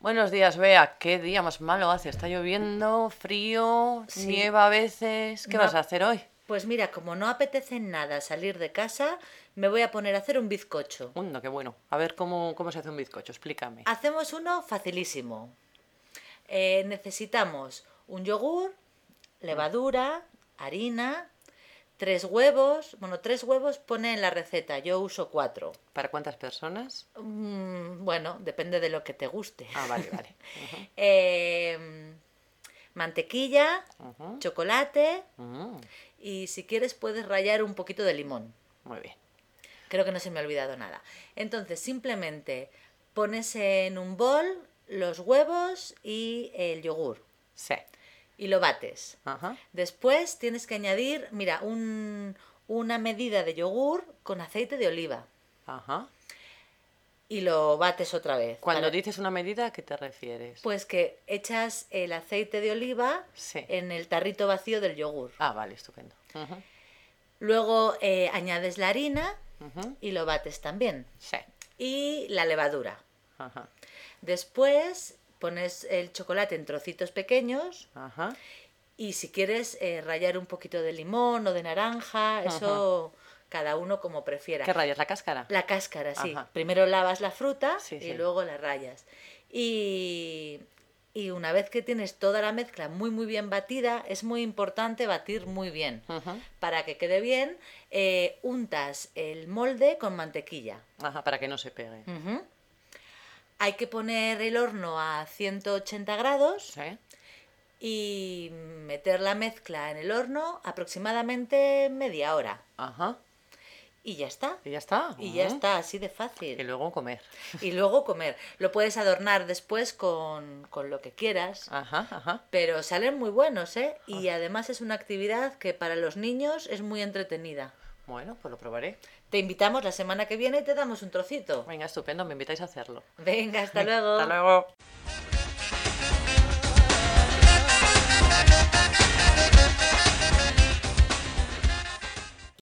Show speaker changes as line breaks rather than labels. Buenos días, Bea. Qué día más malo hace. Está lloviendo, frío,
Sí.
nieva a veces. ¿Qué
No.
vas a hacer hoy?
Pues mira, como no apetece nada salir de casa, me voy a poner a hacer un bizcocho.
Mundo, qué bueno. A ver cómo, cómo se hace un bizcocho. Explícame.
Hacemos uno facilísimo. Eh, necesitamos un yogur, levadura, harina, tres huevos. Bueno, tres huevos pone en la receta, yo uso cuatro.
¿Para cuántas personas?
Mm, bueno, depende de lo que te guste.
Ah, vale, vale.
Eh, mantequilla,
Ujú.
chocolate
Mm,
y si quieres puedes rallar un poquito de limón.
muy bien.
Creo que no se me ha olvidado nada. Entonces, simplemente pones en un bol los huevos y el yogur
Sí.
y lo bates.
Ajá.
Después tienes que añadir, mira, un- una medida de yogur con aceite de oliva
Ajá.
y lo bates otra vez.
Cuando
Para-
dices una medida, ¿a qué te refieres?
Pues que echas el aceite de oliva
Sí.
en el tarrito vacío del yogur.
Ah, vale, estupendo. Ujú,
Luego eh, añades la harina
ujú.
y lo bates también.
Sí.
Y la levadura.
Ajá.
Después pones el chocolate en trocitos pequeños
Ajá.
y si quieres eh, rallar un poquito de limón o de naranja, eso cada uno como prefiera.
¿Qué rayas? ¿La cáscara?
La cáscara, sí.
Ajá.
Primero lavas la fruta
Sí,
y
sí.
luego la rayas. Y, y una vez que tienes toda la mezcla muy muy bien batida, es muy importante batir muy bien.
Ujú.
Para que quede bien, eh, untas el molde con mantequilla.
Ajá, para que no se pegue.
Ujú. Hay que poner el horno a 180 grados
Sí.
y meter la mezcla en el horno aproximadamente media hora.
Ajá.
Y ya está.
Y ya está.
Y ya
Ujú.
está, así de
Y
fácil.
luego comer.
Y luego comer. Lo puedes adornar después con, con lo que quieras.
Ajá, ajá.
Pero salen muy buenos, ¿eh? Y además es una actividad que para los niños es muy entretenida.
Bueno, pues lo probaré.
Te invitamos la semana que viene y te damos un trocito.
Venga, estupendo, me invitáis a hacerlo.
Venga, hasta luego.
Hasta luego.